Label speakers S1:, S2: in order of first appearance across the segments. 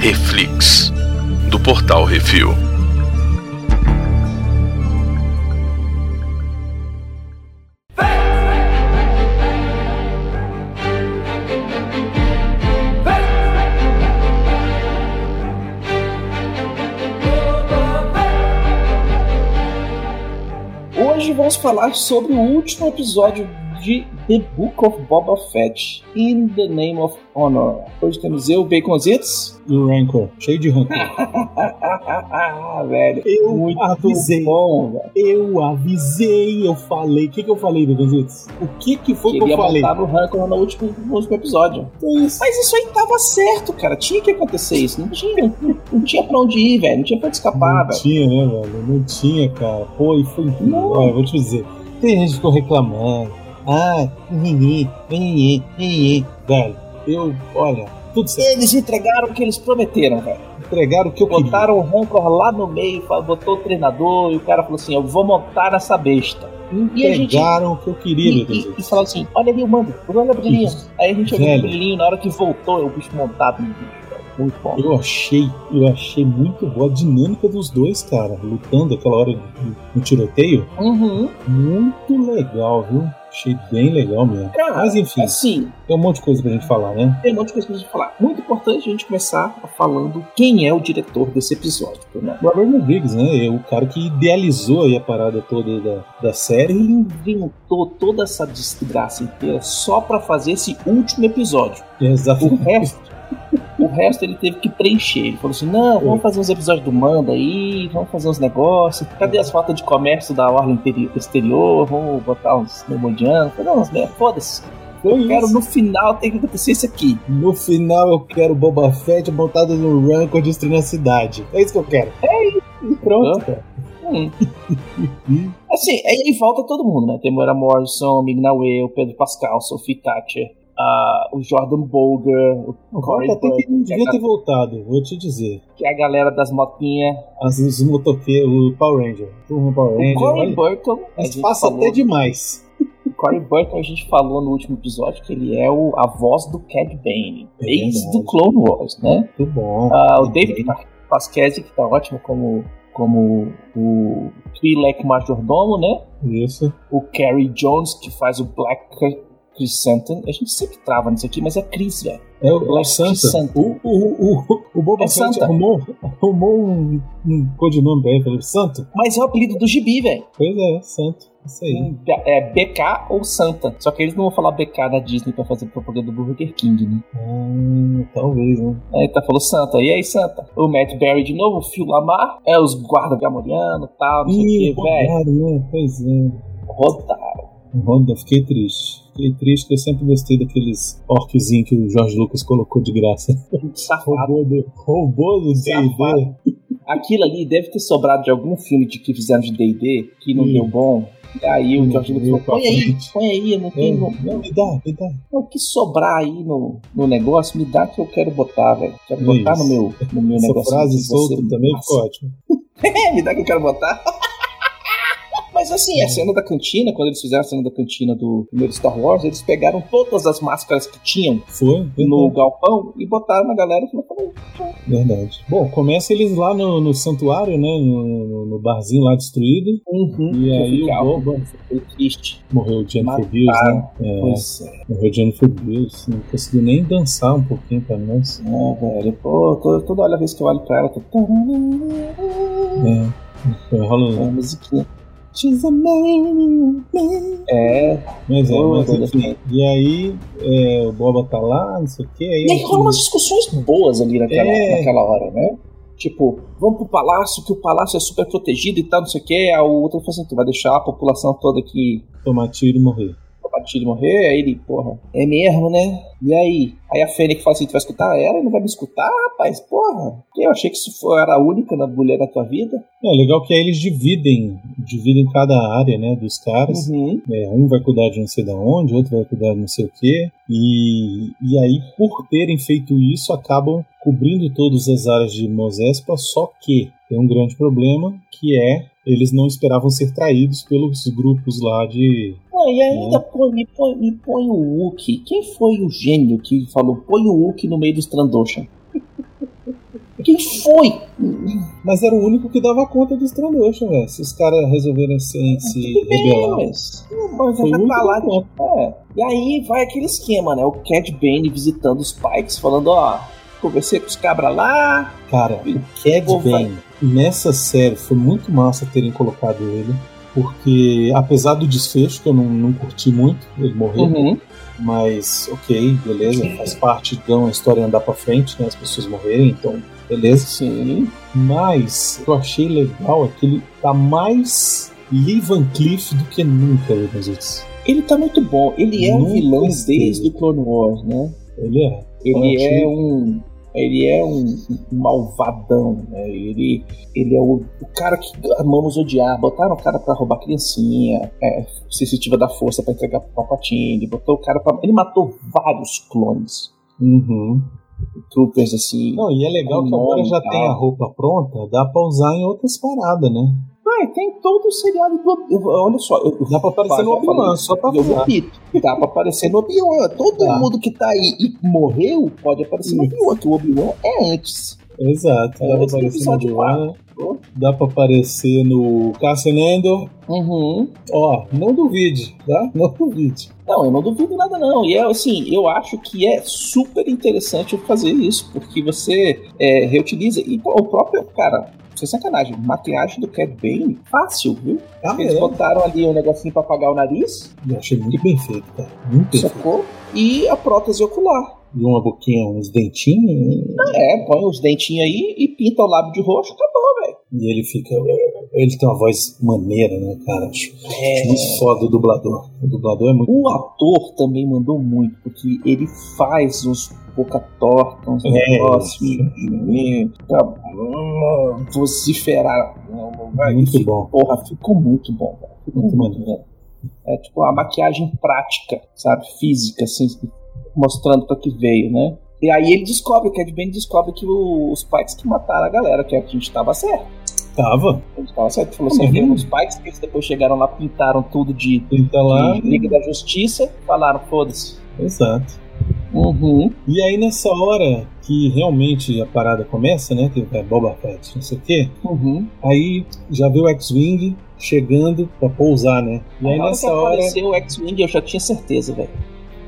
S1: Reflix, do portal Refil.
S2: Hoje vamos falar sobre o último episódio de The Book of Boba Fett, In the Name of Honor. Hoje temos eu, Baconzitos.
S3: E o Rancor, cheio de rancor.
S2: Ah, velho.
S3: Eu
S2: Muito
S3: avisei.
S2: bom, velho.
S3: Eu avisei, eu falei. O que, que eu falei, Begonzitos? O que, que foi que
S2: Queria
S3: eu falei?
S2: botar no Rancor no último, no último episódio.
S3: Que isso?
S2: Mas isso aí tava certo, cara. Tinha que acontecer isso. Não tinha, não tinha pra onde ir, velho. Não tinha pra onde escapar,
S3: Não
S2: velho.
S3: tinha, né, velho? Não tinha, cara. Pô, e foi incrível.
S2: Não.
S3: Olha, eu vou te dizer. Tem gente que ficou reclamando. Ah, ninguém, ninguém, ninguém. Velho, eu, olha, tudo certo.
S2: Eles entregaram o que eles prometeram, velho.
S3: Entregaram o que eu queria.
S2: Botaram o Rancor lá no meio, fa- botou o treinador e o cara falou assim: Eu vou montar essa besta. E a gente.
S3: Entregaram o que eu queria,
S2: E, e,
S3: Begonzitos.
S2: e falaram assim: Olha ali o mando, olha o brilhinho. Aí a gente olhou o
S3: Velho.
S2: brilhinho, na hora que voltou, é o bicho montado no bicho. velho. Muito bom.
S3: Eu achei, eu achei muito boa a dinâmica dos dois, cara, lutando aquela hora do- no tiroteio.
S2: Uhum.
S3: Muito legal, viu? Achei bem legal mesmo. Ah,
S2: Cara,
S3: Mas enfim,
S2: Assim,
S3: tem um monte de coisa pra gente falar, né?
S2: tem um monte de coisa pra gente falar. Muito importante a gente começar falando quem é o diretor desse episódio, né?
S3: Robert Rodrigues, né? É o cara que idealizou aí a parada toda da, da série.
S2: Ele inventou toda essa desgraça inteira só pra fazer esse último episódio.
S3: E é desafio-
S2: O resto. O resto ele teve que preencher. Ele falou assim: não, vamos fazer uns episódios do Manda aí, vamos fazer uns negócios. Cadê as fotos de comércio da orla interi- exterior? Vamos botar uns nemondianos, fazer umas merda. Foda-se.
S3: Foi
S2: Eu quero
S3: isso.
S2: no final tem que acontecer isso aqui.
S3: No final eu quero Boba Fett montado no Rancor destruindo a cidade. É isso que eu quero. É isso. Pronto, cara.
S2: Hum. assim, aí ele volta todo mundo, né? Tem Moira Morrison, Mig Naue, Pedro Pascal, Sophie Thatcher, ah, o Jordan Bolger, o Corey
S3: Volta até que não
S2: Burton, que,
S3: devia
S2: é
S3: ter voltado, vou te dizer.
S2: a- que é a galera das motinhas.
S3: As, os motoqueiros, o Power Ranger. Turma Power
S2: O
S3: Ranger.
S2: Corey
S3: olha.
S2: Burton. a
S3: Mas
S2: gente
S3: passa
S2: falou
S3: até demais.
S2: O Corey Burton a gente falou no último episódio que ele é o, a voz do Cad Bane,
S3: É
S2: desde
S3: verdade.
S2: do Clone Wars, né?
S3: Muito bom.
S2: Ah, o David Pasquese, que tá ótimo como, como o Twi'lek Majordomo, né?
S3: Isso.
S2: O Kerry Jones, que faz o Black Chr- Chrysanthemum. A gente sempre trava nisso aqui, mas é Chris, velho.
S3: É o, é o
S2: Black
S3: Santa.
S2: Chrysanthemum.
S3: O, o, o, o Boba
S2: É
S3: Fett
S2: Santa.
S3: arrumou, arrumou um, um codinome pra ele, falou Santo?
S2: Mas é o apelido do Gibi, velho.
S3: Pois é, Santo. Isso aí.
S2: É BK ou Santa. Só que eles não vão falar BK da Disney pra fazer propaganda do Burger King, né?
S3: Ah, talvez, né?
S2: Aí tá falou Santa, e aí Santa? O Matt Berry de novo, o Phil Lamar, é os guarda gamoriano e tal, não sei
S3: Ih,
S2: o que, Tá velho.
S3: rodaram, né? Pois é.
S2: Rodaram.
S3: Roda, fiquei triste. Fiquei triste que eu sempre gostei daqueles orquezinhos que o Jorge Lucas colocou de graça.
S2: Safado.
S3: Roubou do, roubou do D&D.
S2: Safado. Aquilo ali deve ter sobrado de algum filme de que fizeram de D&D, que não
S3: Hum.
S2: deu bom. E aí o
S3: Não
S2: George Lucas
S3: deu
S2: falou, põe
S3: pra
S2: aí,
S3: frente."
S2: põe aí, não
S3: É,
S2: tem... Não,
S3: Não, me dá, me dá.
S2: não, É o que sobrar aí no, no negócio, me dá que eu quero botar, velho. Quero botar
S3: Isso.
S2: no meu, no meu
S3: Essa
S2: negócio.
S3: frase
S2: que você
S3: solta também
S2: passa.
S3: ficou ótima.
S2: É, me dá que eu quero botar. Mas assim,
S3: Hum.
S2: a cena da cantina, quando eles fizeram a cena da cantina do primeiro Star Wars, eles pegaram todas as máscaras que tinham
S3: Foi?
S2: no galpão e botaram na galera e falaram,
S3: Verdade. Bom, começa eles lá no, no santuário, né? No, no- no barzinho lá destruído.
S2: uhum,
S3: E aí o Boba
S2: foi triste.
S3: morreu de Jennifer
S2: Mataram.
S3: Bills, né? É,
S2: Pois é,
S3: morreu de Jennifer Bills. Não conseguiu nem dançar um pouquinho pra nós.
S2: né, velho. Pô, to- toda hora vez que eu olho pra ela, eu tô...
S3: É. Foi,
S2: É
S3: Rola...
S2: uma musiquinha.
S3: She's a man, man.
S2: É,
S3: Mas é,
S2: Oh,
S3: mas
S2: Deus
S3: enfim. E aí é, o Boba tá lá, não sei o que. Aí,
S2: E aí rolam umas discussões boas ali naquela,
S3: É.
S2: naquela hora, né? Tipo, vamos pro palácio, que o palácio é super protegido e tal, não sei o que. A outra falou assim, tu vai deixar a população toda aqui
S3: tomar tiro e morrer.
S2: combatida e morrer. Aí ele, porra, é mesmo, né? E aí? Aí a Fênix fala assim, tu vai escutar ela? Não vai me escutar, rapaz? Porra, eu achei que isso foi, era a única na- mulher da tua vida.
S3: É legal que aí eles dividem, dividem cada área, né? Dos caras.
S2: Uhum.
S3: É, um vai cuidar de não sei da onde, outro vai cuidar de não sei o quê. E, e aí, por terem feito isso, acabam cobrindo todas as áreas de Mosespa, só que tem um grande problema, que é eles não esperavam ser traídos pelos grupos lá de...
S2: Não, e ainda põe, me, põe, me põe o Hulk. Quem foi o gênio que falou, põe o Hulk no meio dos Trandoshan? Quem foi?
S3: Mas era o único que dava conta dos Trandoshans, velho. Se os caras resolverem se, se
S2: Ah, Tudo bem,
S3: rebelar.
S2: mas. Não, mas
S3: Foi
S2: já
S3: muito
S2: tá lá,
S3: bom.
S2: tipo, é. E aí vai aquele esquema, né? O Cad Bane visitando os Pikes, falando: ó, conversei com os cabra lá.
S3: Cara, o Cad
S2: Pô, vai.
S3: Bane, nessa série, foi muito massa terem colocado ele. Porque, apesar do desfecho, que eu não, não curti muito, ele morrer,
S2: Uhum.
S3: mas ok, beleza, faz parte de uma história andar pra frente, né? As pessoas morrerem, então, beleza.
S2: Sim.
S3: Mas eu achei legal é que ele tá mais Lee Van Cleef do que nunca, Leibovitz.
S2: Ele tá muito bom. Ele é um
S3: Nunca
S2: vilão
S3: esteve.
S2: desde o Clone Wars, né?
S3: Ele é.
S2: Ele
S3: Ótimo.
S2: é um. Ele é um malvadão, né? Ele, ele é o, o cara que amamos odiar. Botaram o cara pra roubar criancinha, é, sensitiva da força pra entregar pro Palpatine. Botou o cara pra. Ele matou vários clones,
S3: Uhum.
S2: troopers assim.
S3: Não, e é legal que agora já tem a roupa pronta, dá pra usar em outras paradas, né?
S2: Ah, e tem todo o seriado do. eu- olha só, eu, eu
S3: Dá pra aparecer
S2: Pá,
S3: no
S2: já
S3: Obi-Wan,
S2: falei.
S3: só pra
S2: eu
S3: falar.
S2: repito, dá pra aparecer no Obi-Wan. Todo
S3: Tá.
S2: mundo que tá aí e morreu pode aparecer no Obi-Wan, que o Obi-Wan é antes.
S3: Exato,
S2: É,
S3: dá pra
S2: esse
S3: aparecer no
S2: episódio
S3: Obi-Wan,
S2: quatro.
S3: dá pra aparecer no Cassian Endor.
S2: Uhum.
S3: Ó, não duvide, tá? Não duvide.
S2: Não, eu não duvido nada não. E é assim, eu acho que é super interessante fazer isso, porque você é, reutiliza e pô, o próprio cara, sem sacanagem, maquiagem do Cad Bane, fácil, viu?
S3: Ah,
S2: Eles
S3: é.
S2: botaram ali um negocinho pra apagar o nariz,
S3: Eu achei muito bem feito, cara. Muito bem feito.
S2: sacou? E a prótese ocular.
S3: E uma boquinha, uns dentinhos. né?
S2: É, põe os dentinhos aí e pinta o lábio de roxo, acabou, velho.
S3: E ele fica. Ele tem uma voz maneira, né, cara? Acho acho
S2: É.
S3: muito foda o dublador. O dublador é muito.
S2: O ator também mandou muito, porque ele faz uns boca torta, uns
S3: É.
S2: negócios, e- e- pra- hum, vociferar. Não, não vai.
S3: Muito
S2: Fica-
S3: bom.
S2: Porra, ficou muito bom, cara. Ficou
S3: Muito
S2: muito, bom. É tipo a maquiagem prática, sabe? Física, assim, mostrando pra que veio, né? E aí ele descobre, o Cad Bane descobre que o- os Pikes que mataram a galera, que a gente tava certo.
S3: Tava.
S2: A gente tava certo. Falou assim,
S3: Uhum.
S2: viram os Pikes que eles depois chegaram lá, pintaram tudo de
S3: Ele tá lá.
S2: de Liga da Justiça, falaram, foda-se.
S3: Exato.
S2: Uhum.
S3: E aí nessa hora que realmente a parada começa, né? Que é Boba Fett, não sei o quê.
S2: Uhum.
S3: Aí já vê o X-Wing chegando pra pousar, né? E aí
S2: Na hora
S3: nessa
S2: que
S3: hora.
S2: apareceu o X-Wing, eu já tinha certeza, velho.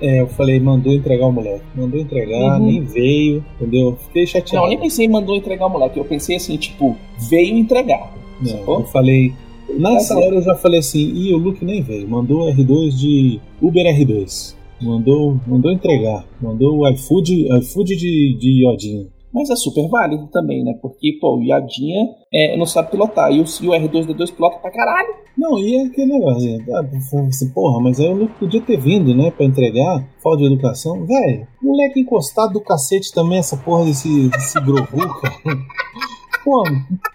S3: É, eu falei, mandou entregar o moleque. Mandou entregar,
S2: Uhum.
S3: nem veio, entendeu? Fiquei
S2: Não,
S3: chateado.
S2: eu nem pensei em mandou entregar o moleque. Eu pensei assim, tipo, veio entregar.
S3: Não,
S2: Sacou?
S3: eu falei. Nessa
S2: Tá certo.
S3: hora eu já falei assim, e o Luke nem veio. Mandou o R2 de Uber R2. Mandou, mandou entregar. Mandou o iFood, iFood de, de iodinho.
S2: Mas é super válido também, né? Porque, pô, o Yadinha é, não sabe pilotar. E o, e o R2D2 pilota pra caralho.
S3: Não, e é aquele negócio. assim, ah, eu falei assim, porra, mas aí o Luke podia ter vindo, né? Pra entregar. Falta de educação. Velho, moleque encostado do cacete também, essa porra desse, desse Grogu, cara. Pô,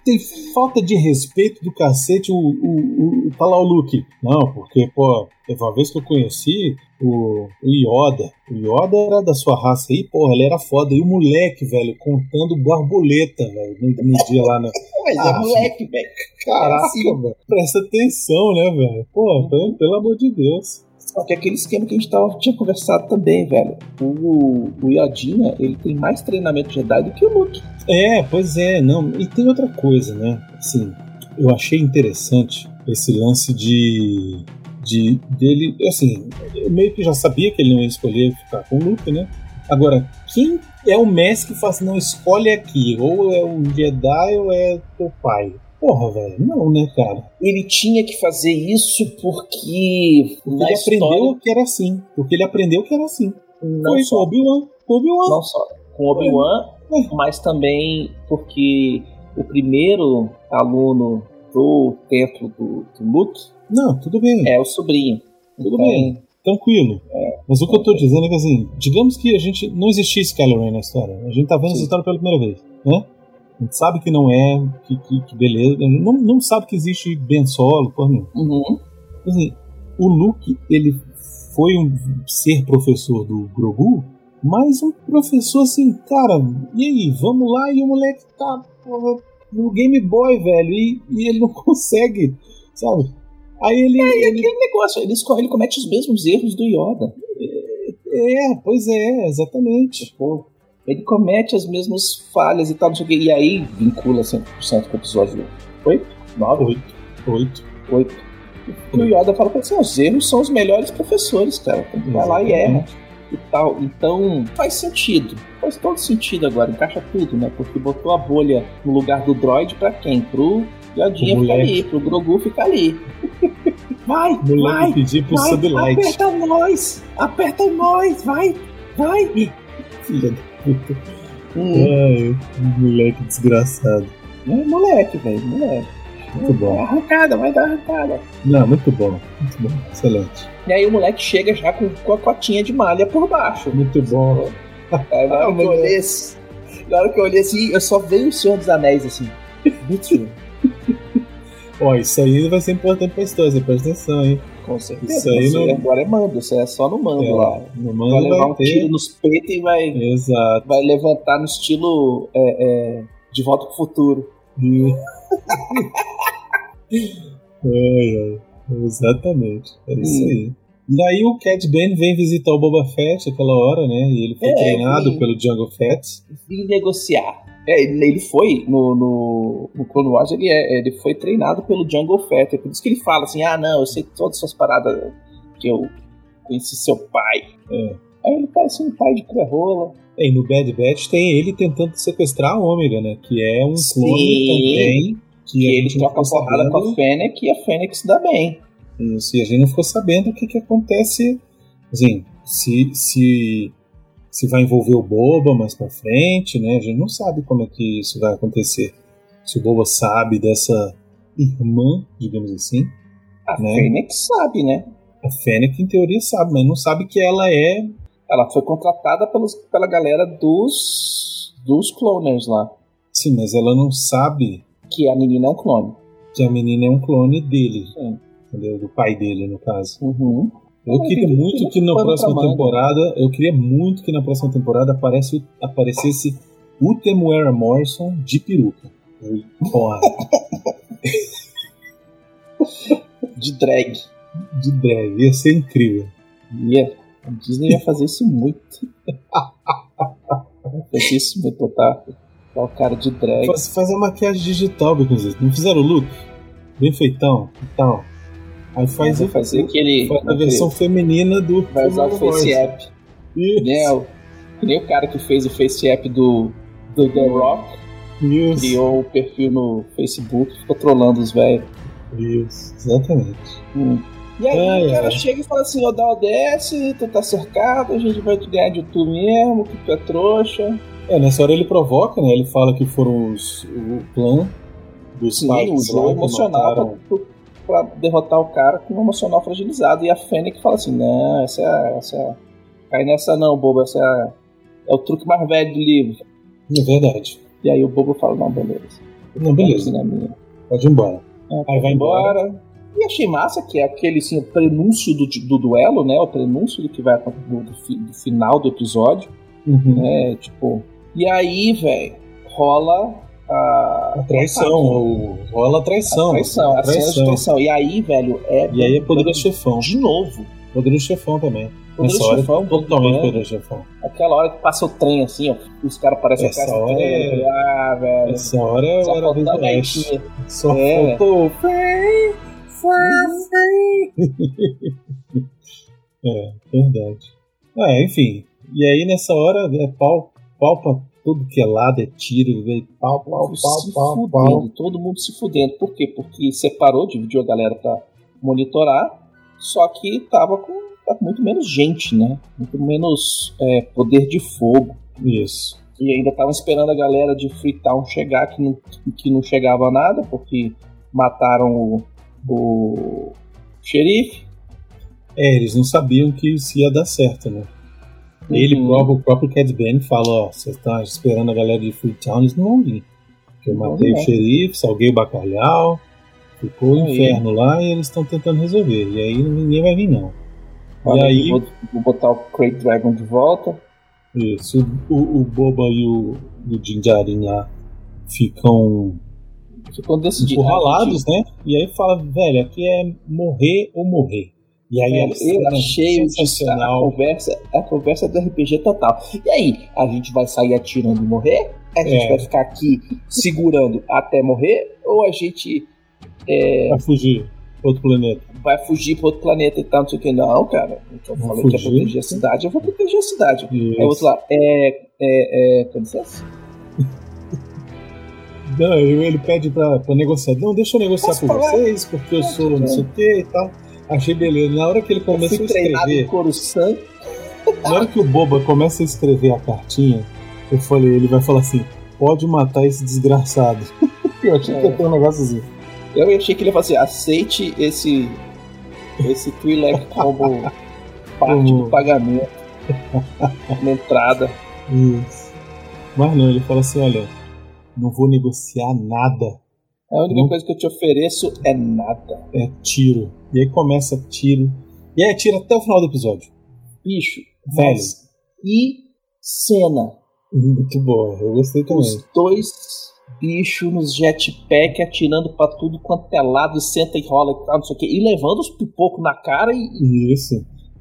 S3: tem falta de respeito do cacete o, o, o, tá lá o Luke. Não, porque, pô, teve uma vez que eu conheci o, o Yoda. O Yoda era da sua raça aí, porra, ele era foda. E o moleque, velho, contando borboleta, velho, no, no dia lá na.
S2: Mas
S3: Ah,
S2: é moleque, velho.
S3: Caraca,
S2: Assim.
S3: velho. Presta atenção, né, velho? Pô, pelo, pelo amor de Deus.
S2: Só que é aquele esquema que a gente tava, tinha conversado também, velho. O, o Yadinha, ele tem mais treinamento Jedi do que o Luke.
S3: É, pois é, não. E tem outra coisa, né? Assim, eu achei interessante esse lance de. de dele. Assim, eu meio que já sabia que ele não ia escolher ficar com o Luke, né? Agora, quem é o mestre que fala assim, não escolhe aqui? Ou é o Jedi ou é teu pai? Porra, velho, não, né, cara?
S2: ele tinha que fazer isso porque na
S3: Porque ele
S2: história,
S3: aprendeu que era assim. Porque ele aprendeu que era assim.
S2: não
S3: Foi com
S2: só,
S3: Obi-Wan. com Obi-Wan.
S2: não só com Obi-Wan, mas também porque o primeiro aluno do templo do, do Luke
S3: Não, tudo bem,
S2: é o sobrinho. Então,
S3: Tudo bem. tranquilo. Mas o que eu tô dizendo é que assim, digamos que a gente não existisse Kylo Ren na história. A gente tá vendo essa
S2: Sim.
S3: história pela primeira vez, né? A gente sabe que não é, que, que- que beleza. A gente não, não sabe que existe Ben Solo, porra nenhuma.
S2: Uhum.
S3: Assim, o Luke, ele foi um ser professor do Grogu, mas um professor assim, cara, e aí, vamos lá, e o moleque tá porra, no Game Boy, velho, e, e ele não consegue, sabe? Aí ele, ele
S2: Aquele um negócio, ele, escorre, ele comete os mesmos erros do Yoda.
S3: É, pois é, exatamente.
S2: Pô, Ele comete as mesmas falhas e tal, não sei o quê. E aí vincula 100% com o episódio 8, 9,
S3: Oito. Oito.
S2: 8. E o Yoda fala pra ele assim, os erros são os melhores professores, cara. Então, vai lá e erra.
S3: Exatamente.
S2: e tal. Então faz sentido. Faz todo sentido agora, encaixa tudo, né? Porque botou a bolha no lugar do droid pra quem? Pro Yodinha
S3: O
S2: ficar
S3: moleque.
S2: ali, pro Grogu ficar ali. Vai,
S3: O Moleque
S2: vai,
S3: pedir pro
S2: vai,
S3: Sublight.
S2: aperta nós, aperta nós, vai, vai.
S3: Filha da puta. É.
S2: Hum,
S3: Ai, moleque desgraçado.
S2: é moleque, velho, moleque.
S3: Muito bom.
S2: Vai arrancada, vai dar arrancada.
S3: Não, muito bom. Muito bom. Excelente.
S2: E aí o moleque chega já com, com a cotinha de malha por baixo.
S3: Muito bom.
S2: Aí, na, hora que eu
S3: moleque.
S2: olhei, assim- na hora que eu olhei assim, eu só veio o Senhor dos Anéis assim. Mentira.
S3: Ó, isso aí vai ser importante pra história, você presta atenção, hein?
S2: Com certeza.
S3: Isso aí
S2: você
S3: não-
S2: Agora é mando, você é só no mando
S3: É,
S2: lá.
S3: No
S2: Vai
S3: mando
S2: levar
S3: vai
S2: um
S3: ter.
S2: tiro nos peitos e vai,
S3: Exato.
S2: vai levantar no estilo é, é, De Volta pro Futuro.
S3: ai, ai. Exatamente. É isso
S2: Hum.
S3: aí. E aí o Cat Bane vem visitar o Boba Fett aquela hora, né? E ele foi
S2: É,
S3: treinado
S2: e-
S3: pelo Django Fett.
S2: Vim negociar. É, ele ele foi no, no, no Clone Wars, ele, é, ele foi treinado pelo Jungle Fett. É por isso que ele fala assim: ah, não, eu sei todas essas paradas que eu conheci seu pai.
S3: É.
S2: Aí ele parece um pai de pré-rola.
S3: E no Bad Batch tem ele tentando sequestrar a Ômega, né? Que é um
S2: Sim.
S3: clone também. Que,
S2: E
S3: a
S2: ele
S3: gente não
S2: troca
S3: ficou
S2: porrada com a
S3: sabendo.
S2: Fennec e a Fennec se dá bem.
S3: Isso, e a gente não ficou sabendo o que, que acontece. Assim, se, se, se vai envolver o Boba mais pra frente, né? A gente não sabe como é que isso vai acontecer. Se o Boba sabe dessa irmã, digamos assim.
S2: A
S3: Né?
S2: Fênix sabe, né?
S3: A Fennec, em teoria, sabe, mas não sabe que ela é.
S2: Ela foi contratada pelos, pela galera dos dos cloners lá,
S3: Sim, mas ela não sabe
S2: que a menina é um clone.
S3: que a menina é um clone dele.
S2: Sim.
S3: Entendeu? Do pai dele, no caso.
S2: Uhum.
S3: Eu
S2: Ah,
S3: queria
S2: entendi.
S3: muito que na
S2: Pano pra
S3: próxima
S2: manga.
S3: temporada, eu queria muito que na próxima temporada aparece, o- aparecesse o Temuera Morrison de peruca. Eu- Porra,
S2: De drag.
S3: de drag, ia ser incrível.
S2: Yeah. A Disney ia fazer isso muito. Vai fazer isso muito, botar botar o cara de drag.
S3: Faz, faz a maquiagem digital, Beconzitos. Não fizeram o look? Bem feitão e tal. Aí faz,
S2: vai
S3: o,
S2: fazer aquele.
S3: faz um a
S2: aquele-
S3: versão feminina do
S2: vai usar o
S3: Temuera
S2: Face
S3: Morrison.
S2: App.
S3: Isso,
S2: Né? O- Que nem o cara que fez o Face App do, do The Rock,
S3: isso,
S2: criou o perfil no Facebook, ficou trolando os velhos.
S3: isso. Exatamente.
S2: E aí
S3: Ai,
S2: o cara
S3: ai.
S2: chega e fala assim, Odal desce, tu tá cercado, a gente vai te ganhar de tu mesmo, que tu é trouxa.
S3: É, nessa hora ele provoca, né? Ele fala que foram os, o clã dos
S2: Sim,
S3: pais
S2: o jogo
S3: lá que
S2: emocional
S3: mataram.
S2: pra, pra derrotar o cara com um emocional fragilizado. E a Fennec fala assim, não, essa é. Essa é cai nessa não, bobo, essa é, é o truque mais velho do livro.
S3: É verdade.
S2: E aí o bobo fala, não, beleza.
S3: Não, beleza.
S2: Né, minha.
S3: Pode ir embora.
S2: É.
S3: Aí vai embora.
S2: E achei massa que é aquele assim, o prenúncio do, do duelo, né? O prenúncio do que vai acon- do, do fi- do final do episódio,
S3: Uhum.
S2: né? Tipo. E aí, velho, rola a.
S3: A traição, o... rola a
S2: Ah, tá. A
S3: traição.
S2: traição, a cena de traição. E aí, velho, é.
S3: E aí é Poderoso Chefão.
S2: De novo.
S3: Poderoso Chefão também.
S2: Poderoso
S3: Nessa hora, é
S2: Chefão,
S3: totalmente
S2: né?
S3: Poderoso Chefão.
S2: Aquela hora que passa o trem, assim, ó. Os caras parecem a
S3: Essa
S2: casa
S3: hora
S2: do trem.
S3: é-
S2: Ah, velho.
S3: Essa hora eu
S2: Só
S3: era a vez
S2: faltava
S3: do
S2: a
S3: Ash.
S2: Itinha.
S3: Só
S2: É.
S3: faltou.
S2: Uhum.
S3: É, verdade. Ah, enfim. E aí nessa hora é pau, pau pra tudo que é lado, é tiro, é pau, pau,
S2: se
S3: pau, pau,
S2: fudendo,
S3: pau.
S2: todo mundo se fudendo. Por quê? Porque separou, dividiu a galera pra monitorar, só que tava com tava com muito menos gente, né? Muito menos é, poder de fogo.
S3: Isso.
S2: E ainda estavam esperando a galera de Freetown chegar, que não, que não chegava nada, porque mataram o, o xerife.
S3: É, eles não sabiam que isso ia dar certo, né? Ele,
S2: Uhum.
S3: prova, o próprio Cad Bane fala, ó, você tá esperando a galera de Freetown, eles não vão vir. Porque eu
S2: Não
S3: matei o
S2: vão.
S3: xerife, salguei o bacalhau, ficou o
S2: Aí.
S3: inferno lá e eles estão tentando resolver. E aí ninguém vai vir, não.
S2: Olha,
S3: e aí-
S2: Vou, vou botar o Craig Dragon de volta.
S3: Isso, o, o Boba e o, e o Jinjarin lá ficam né?
S2: Ficou decidido. Ah, gente,
S3: encurralados, né? E aí fala, velho, aqui é morrer ou morrer. E aí
S2: Cara,
S3: a
S2: eu
S3: cena
S2: achei um o- a
S3: sensacional.
S2: conversa, a conversa do RPG total. E aí, a gente vai sair atirando e morrer? A gente
S3: É.
S2: vai ficar aqui segurando até morrer? Ou a gente É.
S3: Pra fugir. Outro planeta.
S2: vai fugir para outro planeta e tal, não sei o que? Não, cara. Então eu
S3: Vou
S2: falei que ia
S3: fugir.
S2: proteger a cidade, eu vou proteger a cidade.
S3: E
S2: Aí o outro lá, é. É. é com licença?
S3: Não, ele pede pra, pra negociar. Não, deixa eu negociar
S2: Posso
S3: com
S2: falar?
S3: vocês, porque eu sou não sei o que e tal. Achei beleza. Na hora que ele
S2: Eu
S3: começou a
S2: fui treinado em
S3: escrever,
S2: Coruscant.
S3: na hora que o Boba começa a escrever a cartinha, eu falei, ele vai falar assim, pode matar esse desgraçado. eu achei que ia
S2: É.
S3: ter um negócio assim.
S2: Eu achei que ele ia falar assim: aceite esse. Esse Twi'lek como parte
S3: Como-
S2: do pagamento. Na entrada.
S3: Isso. Mas não, ele fala assim, olha, não vou negociar nada.
S2: A única
S3: Hum.
S2: coisa que eu te ofereço é nada.
S3: É tiro. E aí começa tiro. E aí tira até o final do episódio.
S2: Bicho,
S3: Velho.
S2: Mas- e cena.
S3: Muito boa. Eu gostei também.
S2: Os dois bichos nos jetpack atirando pra tudo quanto é lado, e senta e rola e tal, não sei o quê. E levando os pipocos na cara e,
S3: Isso.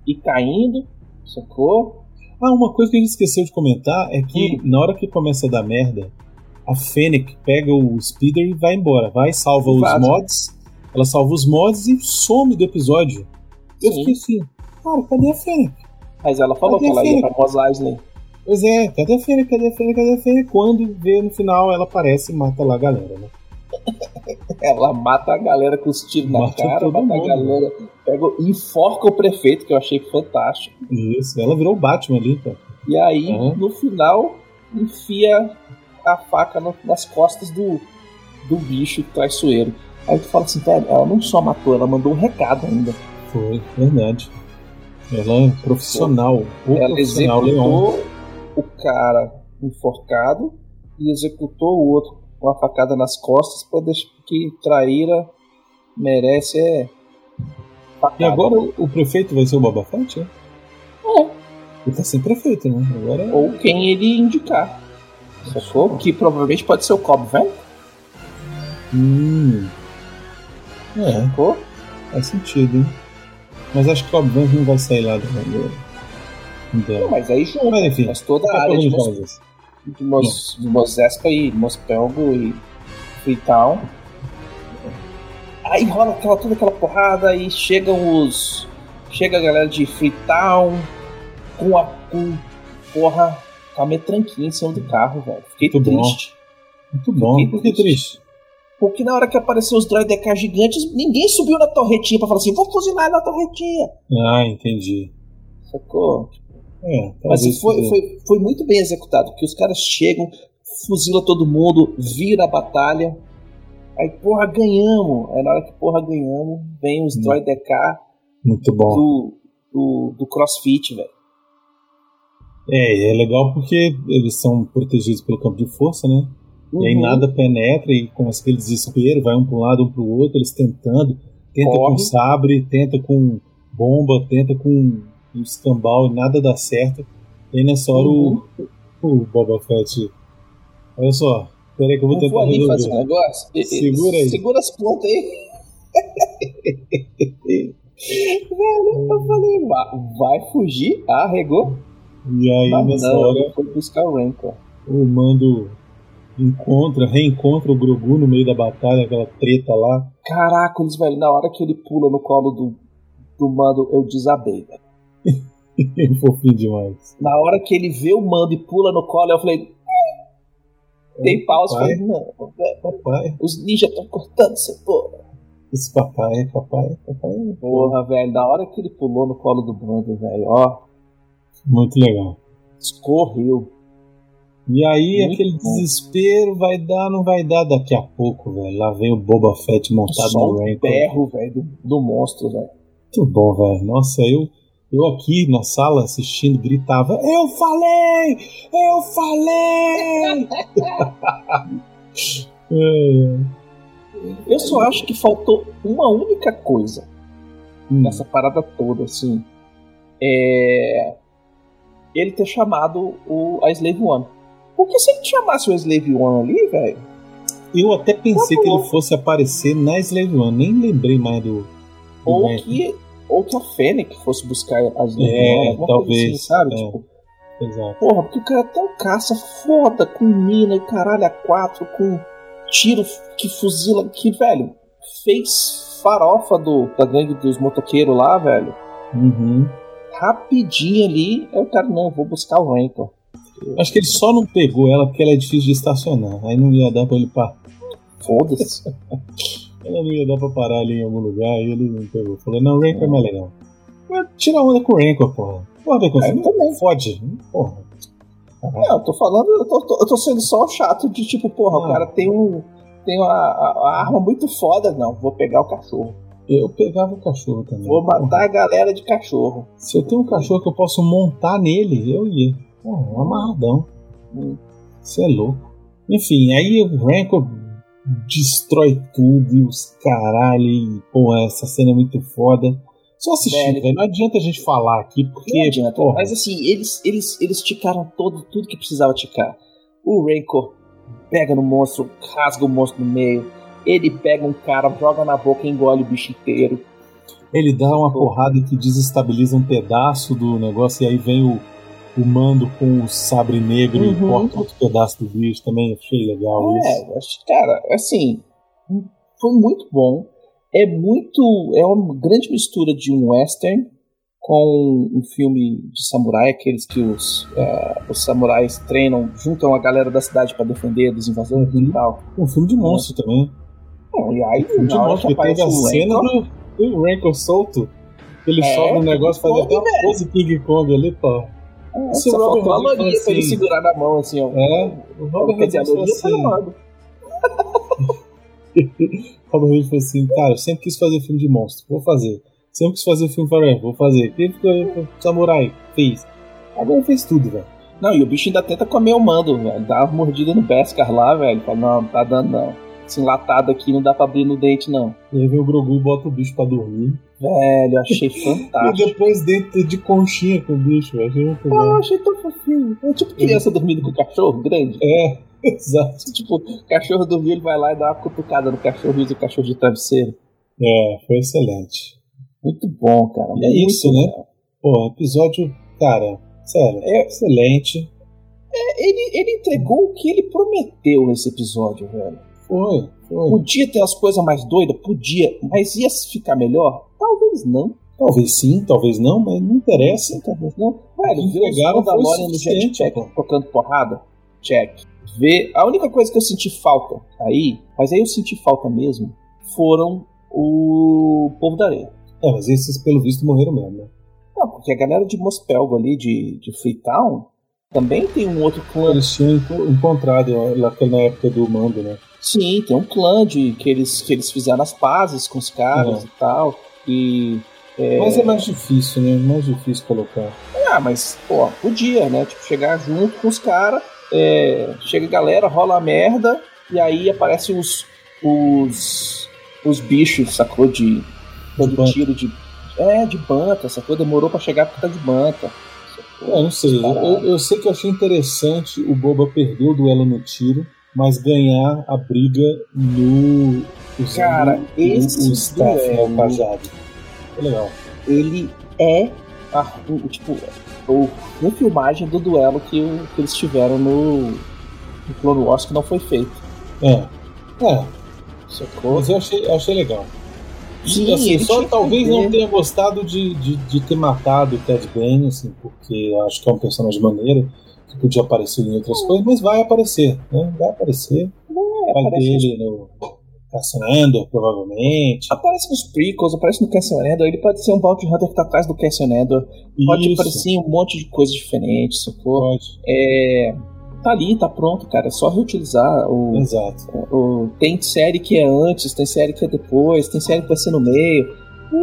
S2: e caindo, sacou?
S3: Ah, uma coisa que a gente esqueceu de comentar é que
S2: Hum.
S3: na hora que começa a dar merda, a Fennec pega o Speeder e vai embora. Vai, salva os
S2: Vaza.
S3: mods. Ela salva os mods e some do episódio. Eu
S2: Sim.
S3: fiquei assim, cara, cadê a Fennec?
S2: Mas ela falou que ela ia pra Mos Eisley.
S3: Pois é, cadê a Fennec? Cadê a Fennec? Cadê a Fennec? Quando vê no final, ela aparece e mata lá a galera, né?
S2: Ela mata a galera com os tiros na
S3: Mata
S2: cara,
S3: todo
S2: mata a
S3: mundo.
S2: galera. Pega, o- enforca o prefeito, que eu achei fantástico.
S3: Isso, ela virou o Batman ali, cara.
S2: E aí,
S3: Hum.
S2: no final, enfia a faca no- nas costas do, do bicho traiçoeiro. Aí tu fala assim, velho, ela não só matou, ela mandou um recado ainda.
S3: Foi, verdade. Ela é profissional. O
S2: Ela
S3: profissional Leon.
S2: executou o cara enforcado e executou o outro com a facada nas costas pra deixar que traíra merece é facada.
S3: E agora o prefeito vai ser o Boba Fett,
S2: É.
S3: né? Ele tá sem prefeito, né? Agora
S2: ou quem ele indicar. Sacou? Que provavelmente pode ser o Cobb, velho.
S3: Hum. É,
S2: Sacou?
S3: faz sentido, hein? Mas acho que o Obvan não vai sair lá do Randeiro.
S2: Não,
S3: Então.
S2: mas aí junto.
S3: Mas enfim,
S2: Mas toda a
S3: tá
S2: área de,
S3: correndo
S2: Mos,
S3: jogos.
S2: de, Mos, de Mosespa e Mospelgo e Freetown. Aí rola aquela, toda aquela porrada e chegam os. Chega a galera de Freetown com a. Com, porra, com a metranquinha em cima do carro, velho. Fiquei
S3: Muito bom.
S2: triste.
S3: Muito bom. Por que triste?
S2: Porque na hora que apareceu os droids DK gigantes, ninguém subiu na torretinha pra falar assim, vou fuzilar na torretinha.
S3: Ah, entendi.
S2: Sacou?
S3: É,
S2: Mas
S3: talvez
S2: foi,
S3: seja.
S2: foi, foi muito bem executado, porque os caras chegam, fuzila todo mundo, vira a batalha. Aí, porra, ganhamos. Aí na hora que, porra, ganhamos, vem um os
S3: Hum.
S2: droid DK
S3: Muito bom.
S2: do, do, do CrossFit, velho.
S3: É, é legal porque eles são protegidos pelo campo de força, né? E aí
S2: Uhum.
S3: nada penetra e começa aquele desespero, vai um para um lado, um para o outro, eles tentando, tenta
S2: Corre.
S3: com sabre, tenta com bomba, tenta com um escambau e nada dá certo. E aí nessa hora
S2: Uhum.
S3: o, o Boba Fett, olha só, peraí que eu vou
S2: Eu vou
S3: tentar
S2: ali fazer um
S3: resolver.
S2: negócio. E- e-
S3: né? Segura aí.
S2: Segura as pontas aí. Velho, eu falei, "Va- vai fugir, arregou.
S3: E aí
S2: Mas
S3: nessa
S2: não,
S3: hora
S2: ele foi buscar o Rancor.
S3: o Mando encontra, reencontra o Grogu no meio da batalha, aquela treta lá.
S2: Caraca, eles, velho, na hora que ele pula no colo do, do Mando, eu desabei, velho.
S3: Fofinho demais.
S2: Na hora que ele vê o Mando e pula no colo, eu falei, "Hum, dei pausa,
S3: Vai.
S2: falei, não, velho,
S3: Papai,
S2: os ninjas estão cortando seu porra.
S3: esse papai, é papai, papai.
S2: Porra, velho, na hora que ele pulou no colo do Mando, velho, ó,
S3: Muito legal.
S2: escorreu.
S3: E aí,
S2: Muito
S3: aquele
S2: bom.
S3: desespero, vai dar, não vai dar daqui a pouco, velho. Lá vem o Boba Fett montado
S2: Só
S3: Tá no
S2: o
S3: Rancor.
S2: berro, velho, do, do monstro, velho.
S3: Muito bom, velho. Nossa, eu, eu aqui na sala assistindo gritava: Eu falei! Eu falei! É,
S2: Eu só acho que faltou uma única coisa
S3: hum,
S2: nessa parada toda, assim. É. Ele ter chamado o, a Slave One. Porque se ele chamasse o Slave One ali, velho.
S3: Eu até pensei
S2: Tá
S3: que ele
S2: louco.
S3: fosse aparecer na Slave One, nem lembrei mais do. do
S2: Ou
S3: Rancor.
S2: que Ou que a Fennec fosse buscar as
S3: É,
S2: alguma coisa
S3: talvez,
S2: assim, sabe?
S3: é.
S2: Tipo,
S3: Exato.
S2: porra, porque o cara tem um caça foda com mina e caralho a quatro, com tiro que fuzila, que, velho, fez farofa do, da gangue dos motoqueiros lá, velho.
S3: Uhum.
S2: Rapidinho ali, é o cara, não, vou buscar o Rancor.
S3: Acho que ele só não pegou ela porque ela é difícil de estacionar. Aí não ia dar pra ele parar.
S2: Foda-se.
S3: Ela não ia dar pra parar ali em algum lugar. Aí ele não pegou. Falou, não, Rancor é mais legal. Mas Tira onda com o Rancor, porra. Porra, Bacon,
S2: É,
S3: você
S2: eu
S3: não fode. Porra.
S2: Não, É, eu tô falando, eu tô, tô- eu tô sendo só chato de tipo, porra,
S3: Ah.
S2: o cara tem um. Tem uma, a- a arma muito foda, não. Vou pegar o cachorro.
S3: Eu pegava o cachorro também.
S2: Vou
S3: Porra.
S2: matar a galera de cachorro.
S3: Se eu tenho um cachorro que eu posso montar nele, eu ia. Porra, um amarradão.
S2: Hum.
S3: Você é louco. Enfim, aí o Rancor destrói tudo e os caralho. E, porra, essa cena é muito foda. Só assistir,
S2: Velho.
S3: velho. Não adianta a gente falar aqui, porque.
S2: Não adianta.
S3: porra,
S2: Mas assim, eles, eles, eles ticaram todo, tudo que precisava ticar. O Rancor pega no monstro, rasga o monstro no meio. Ele pega um cara, joga na boca e engole o bicho inteiro.
S3: ele dá uma porrada que desestabiliza um pedaço do negócio, e aí vem o, o mando com o sabre negro e
S2: Uhum.
S3: corta outro pedaço do bicho também. Achei legal
S2: É,
S3: isso.
S2: eu acho que, cara, assim, foi muito bom. É muito. É uma grande mistura de um western com um filme de samurai, aqueles que os, ah, os samurais treinam, juntam a galera da cidade pra defender dos invasores e tal.
S3: Um filme de monstro também. Um
S2: Não, e aí,
S3: Filme de
S2: na hora
S3: monstro,
S2: que
S3: porque teve a
S2: aparece um o
S3: cena
S2: Rancor,
S3: do, do Rancor solto. que Ele
S2: É,
S3: sobe um negócio, faz
S2: Kong,
S3: até uma pose King Kong ali, pô.
S2: é,
S3: esse
S2: só
S3: Robert
S2: faltou a
S3: Redford,
S2: Maria pra ele
S3: assim.
S2: segurar na mão, assim, ó.
S3: É, o Robert
S2: Quer dizer, a
S3: Redford falou
S2: Maria foi
S3: assim,
S2: amada.
S3: Robert Redford falou assim, cara, eu sempre quis fazer filme de monstro, vou fazer. Sempre quis fazer filme forever, vou fazer. Ele ficou samurai, fez. Agora fez tudo, velho.
S2: Não, e o bicho ainda tenta comer o mando, velho. Dá uma mordida no Beskar lá, velho. Fala, não, não tá dando não. Esse enlatado aqui não dá pra abrir no dente, não.
S3: E aí vem o Grogu, bota o bicho pra dormir.
S2: Velho, eu achei
S3: E
S2: fantástico.
S3: depois dentro de conchinha com o bicho, velho. Achei muito
S2: Ah, eu
S3: bom.
S2: achei tão fofinho. É tipo criança dormindo com cachorro grande.
S3: É, exato.
S2: Tipo, o cachorro dormiu, ele vai lá e dá uma cutucada no cachorro e usa o cachorro de travesseiro.
S3: É, foi excelente.
S2: Muito bom, cara.
S3: E é
S2: muito
S3: isso, né?
S2: legal.
S3: Pô, episódio, cara, sério, é excelente.
S2: É, Ele, ele entregou o que ele prometeu nesse episódio, velho.
S3: Foi, foi.
S2: Podia ter as coisas mais doidas? Podia. Mas ia ficar melhor? Talvez não.
S3: Talvez sim, talvez não, mas não interessa.
S2: Não, velho, ver os
S3: Pegaram,
S2: Mandalorian
S3: foi
S2: no
S3: suficiente,
S2: jetpack
S3: pô.
S2: tocando porrada? Check. Ver. A única coisa que eu senti falta aí, mas aí eu senti falta mesmo, foram o Povo da Areia.
S3: É, mas esses, pelo visto, morreram mesmo. né?
S2: Não, porque a galera de Mospelgo ali, de, de Freetown, também tem um outro clã.
S3: Eles tinham enco- encontrado ó, lá na época do mando, né?
S2: Sim, tem um clã de, que, eles, que eles fizeram as pazes com os caras
S3: Uhum.
S2: e tal. E. é,
S3: Mas é mais difícil, né? Mais difícil colocar.
S2: Ah, mas, pô, podia, né? Tipo, chegar junto com os caras, é, chega a galera, rola a merda, e aí aparecem os. os. os bichos, sacou? De.
S3: De
S2: dando
S3: banta.
S2: tiro de. É, de banta, sacou? Demorou pra chegar porque tá de banta.
S3: É, eu não sei. Eu, eu- eu sei que eu achei interessante o Boba perder o duelo no tiro, mas ganhar a briga no. usando
S2: Cara,
S3: o-
S2: esse
S3: o staff, né, o
S2: duelo-
S3: cajado. Foi legal.
S2: Ele é. A, o- tipo, o, a filmagem do duelo que, o- que eles tiveram no. no Clone Wars que não foi feito,
S3: É. É,
S2: sacou?
S3: mas eu achei, eu achei legal.
S2: Sim,
S3: assim,
S2: ele
S3: só
S2: tinha que
S3: talvez
S2: perder.
S3: não tenha gostado de, de, de ter matado o Ted Bane, assim, porque eu acho que é um personagem maneiro, que podia aparecer em outras coisas, mas vai aparecer, né? Vai aparecer.
S2: É,
S3: vai ter
S2: parece que
S3: ele no Cassian Andor, provavelmente.
S2: Aparece nos prequels, aparece no Cassian Andor, ele pode ser um Bounty Hunter que tá atrás do Cassian Andor, pode
S3: Isso,
S2: aparecer um monte de coisa diferente, socorro.
S3: Pode,
S2: É, tá ali, tá pronto, cara, é só reutilizar. O,
S3: exato.
S2: o- tem série que é antes, tem série que é depois, tem série que vai ser no meio,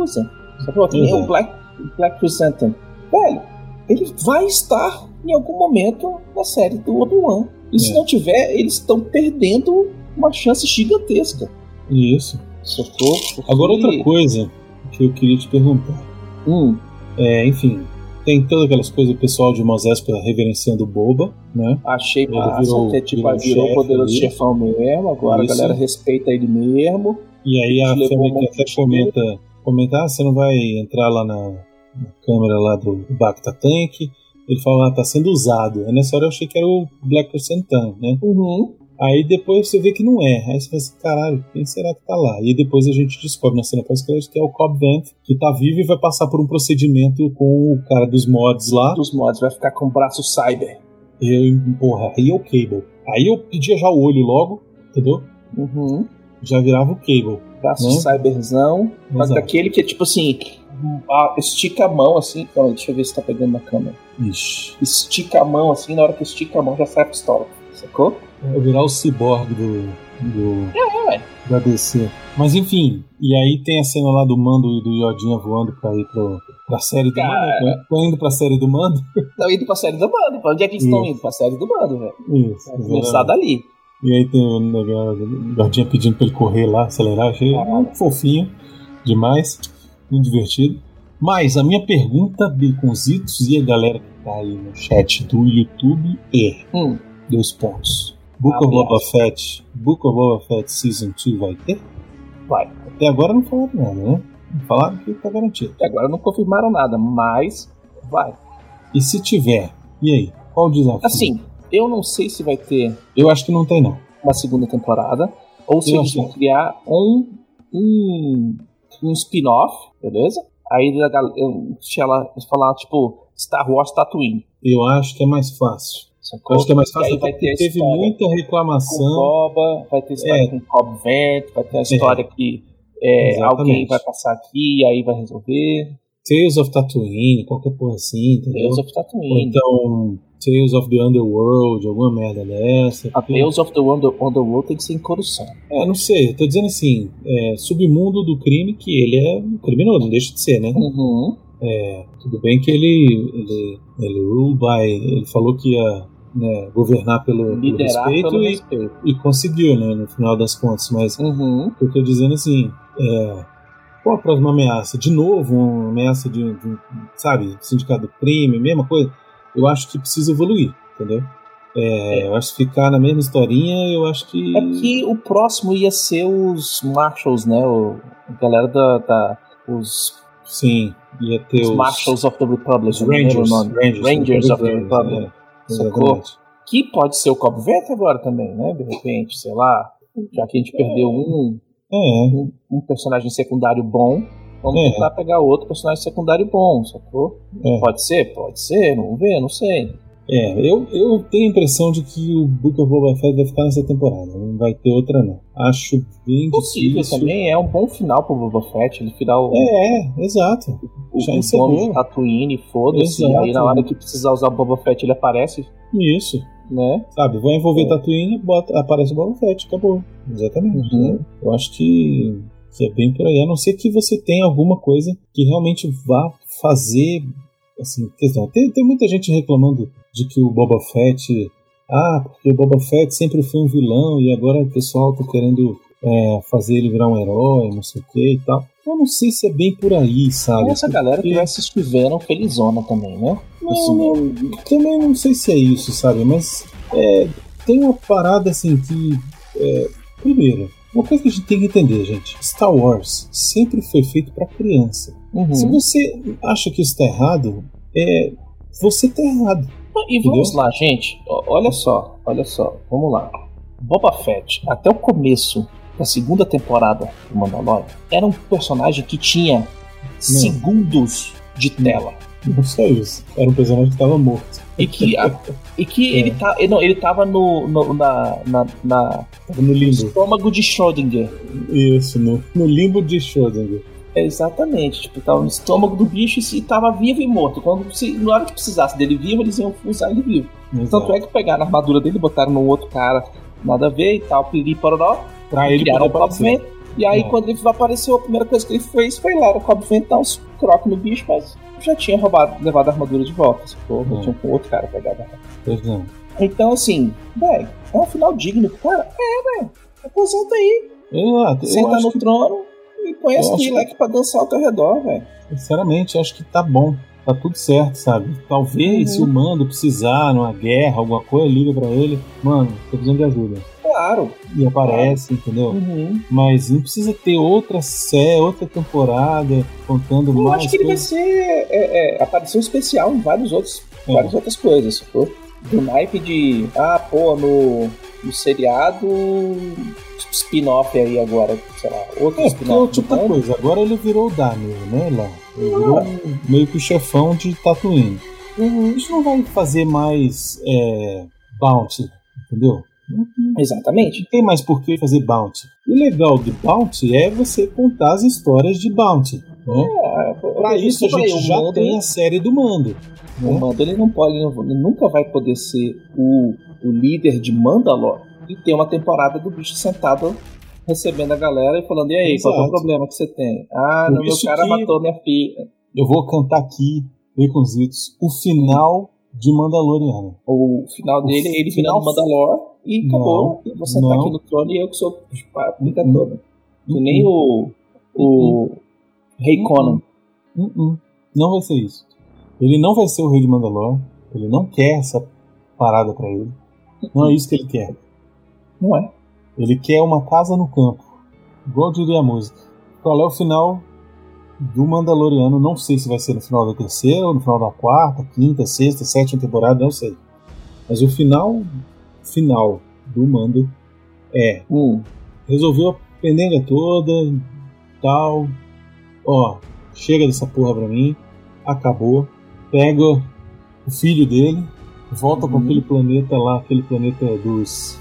S2: usa. Sacou? Que nem
S3: Uhum.
S2: o Black, Black Chrysanthemum. Velho, ele vai estar em algum momento na série do Obi-Wan. E se
S3: É.
S2: não tiver, eles estão perdendo uma chance gigantesca.
S3: Isso.
S2: Sacou?
S3: Agora,
S2: Porque-
S3: outra coisa que eu queria te perguntar.
S2: Hum.
S3: É, enfim, tem todas aquelas coisas, o pessoal de Mosespa reverenciando o Boba, né?
S2: Achei
S3: Ele
S2: massa,
S3: virou-
S2: que é tipo,
S3: virou
S2: virou, virou
S3: chefe
S2: poderoso
S3: ali.
S2: chefão mesmo, agora
S3: Isso.
S2: a galera respeita ele mesmo.
S3: E aí a
S2: Levou um
S3: Fêmea
S2: monte
S3: até
S2: de
S3: comenta comentar, ah, você não vai entrar lá na, na câmera lá do, do Bacta Tank. Ele fala, ah, tá sendo usado. Aí nessa hora eu achei que era o Black Crescentan, né?
S2: Uhum.
S3: Aí depois você vê que não é. Aí você fala assim, caralho, quem será que tá lá? E depois a gente descobre na cena pós-crédito que é o Cobb Vent, que tá vivo e vai passar por um procedimento com o cara dos mods lá.
S2: Um Dos mods, vai ficar com o braço cyber.
S3: Eu, porra, aí é o Cable. Aí eu pedia já o olho logo, entendeu?
S2: Uhum.
S3: Já virava o Cable.
S2: Braço
S3: Hum.
S2: cyberzão. Mas
S3: Exato.
S2: daquele que é tipo assim. a- Estica a mão assim. Calma aí, deixa eu ver se tá pegando na câmera.
S3: Ixi.
S2: Estica a mão assim, na hora que estica a mão já sai a pistola. Sacou?
S3: Vai virar o ciborgue do. do
S2: É, ué.
S3: da DC. Mas enfim, e aí tem a cena lá do Mando e do Iodinha voando pra ir pro, pra série do
S2: Cara.
S3: Mando. né? Tô indo pra série do Mando.
S2: Estão indo pra série do bando. Pra onde é que eles estão
S3: Isso.
S2: indo? Pra série do bando, velho.
S3: Isso.
S2: Vai Começar dali.
S3: E aí tem o negócio, o guardinha pedindo pra ele correr lá, acelerar. Achei
S2: Caralho.
S3: fofinho demais, muito divertido. Mas a minha pergunta, Baconzitos, e a galera que tá aí no chat do YouTube é:
S2: Hum.
S3: dois pontos. Book of
S2: Abraço.
S3: Boba Fett, Book of Boba Fett Season 2 vai ter?
S2: Vai.
S3: Até agora não falaram nada, né? Falaram que tá garantido.
S2: Até agora não confirmaram nada, mas vai.
S3: E se tiver, e aí? Qual o desafio?
S2: Assim, eu não sei se vai ter
S3: eu acho que não tem, não.
S2: uma segunda temporada ou se
S3: Eu
S2: eles
S3: acho.
S2: vão criar um, um, um spin-off, beleza? Aí a gal- eu- se ela falar, tipo, Star Wars Tatooine.
S3: Eu acho que é mais fácil. Eu
S2: Sacou?
S3: acho que é mais
S2: E
S3: fácil
S2: aí vai
S3: até
S2: ter a
S3: porque teve
S2: história
S3: muita
S2: com
S3: reclamação.
S2: Boba, vai ter história
S3: É.
S2: com Cobb Vent, vai ter a história que é,
S3: Exatamente.
S2: alguém vai passar aqui, aí vai resolver.
S3: Tales of Tatooine, qualquer porra assim, entendeu?
S2: Deus of
S3: Ou
S2: Tatooine.
S3: então Tales of the Underworld, alguma merda dessa.
S2: A Ah, Tales of the Wonder, Underworld tem que ser em Coruscant.
S3: É, não sei, eu tô dizendo assim, é, submundo do crime que ele é um criminoso, não deixa de ser, né?
S2: Uhum.
S3: Tudo bem que ele, ele, ele rule by, ele falou que ia né, governar pelo, pelo
S2: Liderar
S3: respeito,
S2: pelo
S3: e,
S2: respeito.
S3: e conseguiu, né, no final das contas, mas
S2: Uhum.
S3: Eu tô dizendo assim, é, qual a próxima ameaça? De novo, uma ameaça de, de- sabe, sindicato do crime, mesma coisa. Eu acho que precisa evoluir, entendeu? É, Eu acho que ficar na mesma historinha, eu acho que.
S2: É que o próximo ia ser os Marshals, né? O, a galera da. da- os,
S3: Sim, ia ter
S2: os
S3: os.
S2: Marshals of the Republic,
S3: os
S2: eu não lembro
S3: Rangers.
S2: o nome.
S3: Rangers,
S2: Rangers
S3: né?
S2: of the Republic.
S3: É,
S2: Sacou?
S3: exatamente.
S2: Que pode ser o Cabo Verde agora também, né? De repente, sei lá. Já que a gente perdeu um,
S3: É,
S2: um, um personagem secundário bom, vamos
S3: É.
S2: tentar pegar outro personagem secundário bom, sacou?
S3: É.
S2: Pode ser? Pode ser, vamos ver, não sei.
S3: É, eu, eu tenho a impressão de que o Book of Boba Fett vai ficar nessa temporada, não vai ter outra não. Acho bem
S2: Possível
S3: difícil.
S2: também, é um bom final pro Boba Fett, ele final
S3: É, é, exato.
S2: o,
S3: já
S2: o
S3: encerrou.
S2: nome de Tatooine, foda-se,
S3: Exato.
S2: aí na hora que precisar usar o Boba Fett ele aparece,
S3: Isso.
S2: né?
S3: Sabe, vai envolver
S2: É.
S3: Tatooine, bota, aparece o Boba Fett, acabou. Exatamente.
S2: Uhum.
S3: né? Eu acho que, que é bem por aí. A não ser que você tenha alguma coisa que realmente vá fazer. Assim, questão. Tem, tem muita gente reclamando de que o Boba Fett. Ah, porque o Boba Fett sempre foi um vilão e agora o pessoal tá querendo é, fazer ele virar um herói, não sei o que e tal. Eu não sei se é bem por aí, sabe?
S2: E Então, essa galera que
S3: porque-
S2: vai assistir Venom felizona também, né?
S3: não, não, Assim, também não sei se é isso, sabe? Mas é, tem uma parada assim que. é, primeiro, uma coisa que a gente tem que entender, gente: Star Wars sempre foi feito pra criança.
S2: Uhum.
S3: Se você acha que isso tá errado, é, você tá errado.
S2: Então, E vamos lá, gente. O- Olha só, olha só, vamos lá. Boba Fett, até o começo da segunda temporada do Mandalorian, era um personagem que tinha segundos de tela.
S3: Não só isso. Era um personagem que tava morto.
S2: E que, a- e que
S3: É.
S2: ele, tá, ele, não, ele tava no, no- na, na, na
S3: Tava no limbo.
S2: estômago de Schrödinger.
S3: Isso, no, no limbo de Schrödinger.
S2: É, exatamente, tipo, tava no estômago do bicho e se tava vivo e morto. Quando se, na hora que precisasse dele vivo, eles iam usar ele vivo. Tanto
S3: Exato.
S2: é que pegaram a armadura dele, botaram num outro cara, nada a ver e tal, piriri pororó,
S3: Pra ele
S2: criaram
S3: poder
S2: o Cobb
S3: aparecer.
S2: Vent. E aí,
S3: É.
S2: quando ele apareceu, a primeira coisa que ele fez foi lá, era o Cobb Vent dar uns crocos no bicho, mas já tinha roubado, levado a armadura de volta. Sacou? Já
S3: Hum.
S2: tinha com outro cara pegado a
S3: Pois não.
S2: Então, assim, velho, é um final digno. Cara, é, velho, aposenta aí,
S3: Exato. Eu
S2: senta
S3: acho
S2: no
S3: que
S2: trono e põe
S3: eu
S2: as
S3: acho que-
S2: moleques pra dançar ao teu redor, velho.
S3: Sinceramente, acho que tá bom. Tá tudo certo, sabe? Talvez
S2: Uhum.
S3: se o mando precisar numa guerra, alguma coisa, liga pra ele. Mano, tô precisando de ajuda.
S2: Ah, Claro.
S3: e aparece, entendeu?
S2: Uhum.
S3: Mas não precisa ter outra série, outra temporada contando
S2: Eu
S3: mais
S2: acho que ele vai
S3: coisas.
S2: ser é, é, aparição especial em vários outros,
S3: É.
S2: várias outras coisas, sacou? Do naipe de, ah, pô, no, no seriado, spin-off aí agora, sei lá, outro
S3: É, porque é o
S2: spin-off.
S3: tipo da
S2: do Mando.
S3: coisa. Agora ele virou o Daimyo, né, lá. Ele virou
S2: Ah.
S3: um- meio que o chefão de Tatooine.
S2: Uhum.
S3: Isso não vai fazer mais é, bounty, entendeu? Não
S2: Exatamente.
S3: não tem mais por que fazer bounty. O legal do bounty é você contar as histórias de bounty, né?
S2: É, um
S3: Pra isso a gente já tem né? a série do Mando.
S2: O Mando ele não pode, ele não- ele nunca vai poder ser o, o líder de Mandalor e ter uma temporada do bicho sentado recebendo a galera e falando: e aí, qual é o
S3: Exato.
S2: problema que você tem? Ah,
S3: Por
S2: não, meu
S3: isso
S2: cara
S3: que-
S2: matou minha filha.
S3: Eu vou cantar aqui, Baconzitos, o final de Mandaloriano.
S2: O final
S3: O
S2: dele é ele virando
S3: final-
S2: Mandalor e acabou. e você tá
S3: não. Hum.
S2: aqui no trono e eu que sou o ditador. né? Que nem o, o Rei
S3: Uhum.
S2: Conan.
S3: Hum, hum. Não vai ser isso. Ele não vai ser o rei de Mandalor. Ele não quer essa parada pra ele. Não é isso que ele quer.
S2: Não é?
S3: Ele quer uma casa no campo. Igual diria a música. Qual é o final do Mandaloriano? Não sei se vai ser no final da terceira, ou no final da quarta, quinta, sexta, sétima temporada, não sei. Mas o final final do Mando é
S2: Hum.
S3: resolveu a pendenga toda, tal. Ó, chega dessa porra pra mim, acabou. Pega o filho dele, volta com
S2: Uhum.
S3: aquele planeta lá, aquele planeta dos.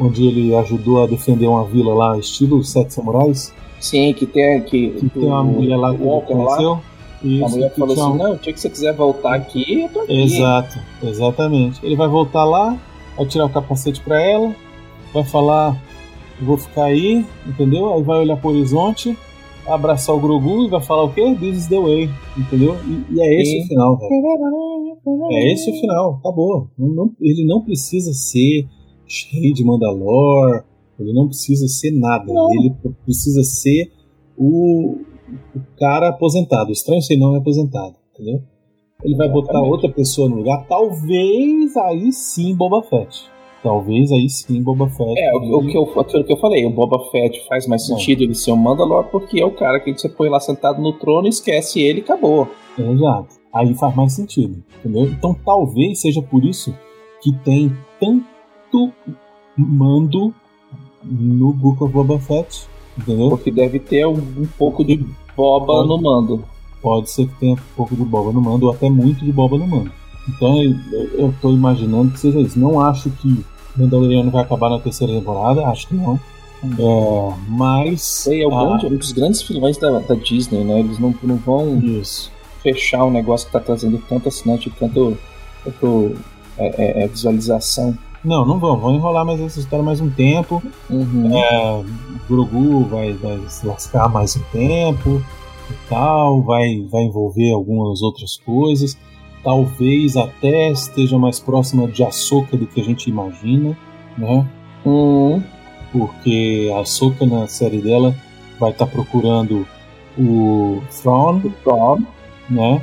S3: onde ele ajudou a defender uma vila lá, estilo os Sete Samurais.
S2: Sim, que tem que,
S3: Que tem uma mulher lá que
S2: Walker lá.
S3: conheceu. Isso,
S2: A mulher
S3: que
S2: falou
S3: tinha
S2: assim:
S3: uma-
S2: não, o dia que você quiser voltar aqui, eu tô aqui.
S3: Exato, exatamente. Ele vai voltar lá, vai tirar o capacete pra ela, vai falar, "Eu vou ficar aí, entendeu? Aí vai olhar pro horizonte, abraçar o Grogu e vai falar o quê? This is the way, entendeu? E, e é esse
S2: Sim.
S3: o final, velho. É esse o final, acabou. Não- não- ele não precisa ser rei de Mandalor, ele não precisa ser nada.
S2: Não.
S3: Ele precisa ser o, o cara aposentado. Estranho se ele não é aposentado, entendeu? Ele vai botar
S2: Exatamente.
S3: outra pessoa no lugar, talvez aí sim Boba Fett. Talvez aí sim Boba Fett.
S2: É, o, o que eu, aquilo que eu falei, o Boba Fett faz mais
S3: Bom.
S2: sentido ele ser um Mandalor porque é o cara que você põe lá sentado no trono, esquece ele e acabou.
S3: Exato. Aí faz mais sentido, entendeu? Então talvez seja por isso que tem tanto mando no Book of Boba Fett, entendeu?
S2: Porque deve ter um, um pouco de Boba
S3: Pode.
S2: no mando.
S3: Pode ser que tenha um pouco de Boba no mando, ou até muito de Boba no mando. Então eu, eu- eu tô imaginando que seja isso. Não acho que Mandaloriano vai acabar na terceira temporada, acho que não. É, mas.
S2: Sei, é o
S3: ah,
S2: grande- um dos grandes filões da, da Disney, né? Eles não, não vão
S3: Isso.
S2: fechar um negócio que tá trazendo tanto assinante, tanto, tanto é, é, é, visualização.
S3: Não, não vão. Vão enrolar mais essa história mais um tempo. É,
S2: Uhum.
S3: Grogu vai, vai se lascar mais um tempo e tal, vai, vai envolver algumas outras coisas. Talvez até esteja mais próxima de Ahsoka do que a gente imagina, né?
S2: Uhum.
S3: Porque a Ahsoka na série dela vai estar procurando o Thrawn,
S2: Pronto.
S3: né?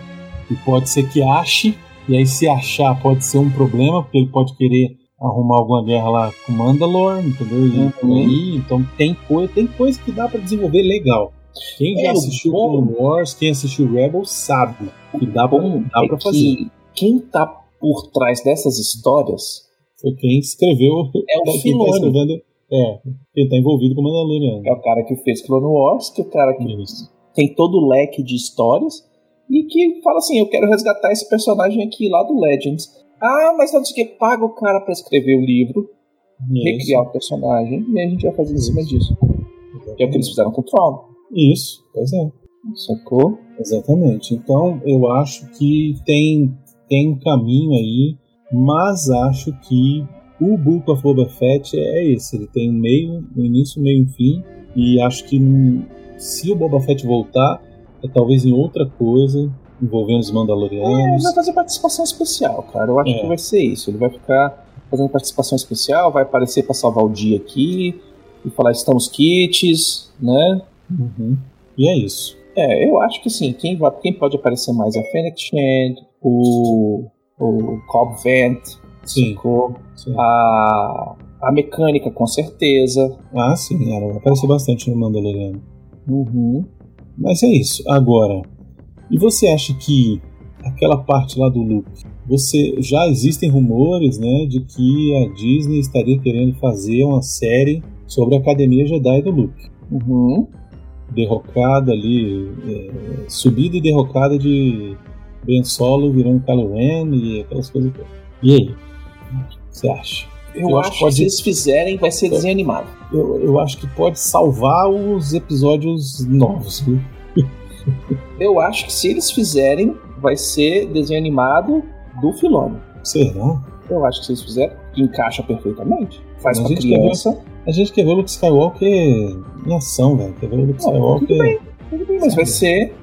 S3: E pode ser que ache, e aí se achar pode ser um problema, porque ele pode querer arrumar alguma guerra lá com Mandalor, entendeu? E,
S2: Uhum.
S3: e aí, então tem coisa, tem coisa que dá pra desenvolver legal. Quem já
S2: É, o
S3: assistiu
S2: bom-
S3: Clone Wars, quem assistiu Rebels sabe que dá pra,
S2: bom
S3: dá
S2: é
S3: pra
S2: que
S3: fazer.
S2: quem tá por trás dessas histórias
S3: Foi quem escreveu,
S2: é o
S3: quem tá
S2: Filoni.
S3: escrevendo, é, quem tá envolvido com Mandalorian.
S2: É o cara que fez Clone Wars, que é o cara que
S3: Isso.
S2: tem todo o leque de histórias e que fala assim, eu quero resgatar esse personagem aqui lá do Legends. Ah, mas não sei o que, paga o cara pra escrever o livro,
S3: É
S2: recriar o personagem, e a gente vai fazer em cima disso. Que é o que eles fizeram com o Tron,
S3: Isso, pois é.
S2: sacou?
S3: Exatamente. Então, eu acho que tem, tem um caminho aí, mas acho que o Book of Boba Fett é esse. Ele tem um meio, um início, meio e fim. E acho que hum, se o Boba Fett voltar, é talvez em outra coisa, envolvendo os
S2: É, ele
S3: Mandalorianos.
S2: vai fazer participação especial, cara. Eu acho
S3: É.
S2: que vai ser isso. Ele vai ficar fazendo participação especial, vai aparecer pra salvar o dia aqui e falar estamos kits, né?
S3: Uhum. E é isso.
S2: É, eu acho que sim. Quem, vai- quem pode aparecer mais é a Fennec Shand, o, o Cobb Vent,
S3: Sim.
S2: sacou?
S3: sim.
S2: a A mecânica, com certeza.
S3: Ah, sim, ela vai aparecer bastante no Mandaloriano.
S2: Uhum.
S3: Mas é isso. Agora, e você acha que aquela parte lá do Luke, você já existem rumores, né, de que a Disney estaria querendo fazer uma série sobre a Academia Jedi do Luke,
S2: Uhum.
S3: derrocada ali, é, subida e derrocada de Ben Solo virando Kylo Ren e aquelas coisas. todas. E aí, o que você acha?
S2: Eu,
S3: Eu
S2: acho,
S3: acho
S2: que
S3: que pode-
S2: se eles fizerem, vai ser desenho animado.
S3: Eu, eu acho que pode salvar os episódios novos, viu?
S2: Eu acho que se eles fizerem, vai ser desenho animado do Filone.
S3: Será?
S2: Eu acho que se eles fizerem, encaixa perfeitamente. Faz
S3: Mas
S2: pra
S3: a gente quer
S2: criança.
S3: A gente quer ver o Luke Skywalker em ação, velho. Quer ver o Luke
S2: Não, tudo
S3: Skywalker.
S2: bem, tudo bem, mas vai ser.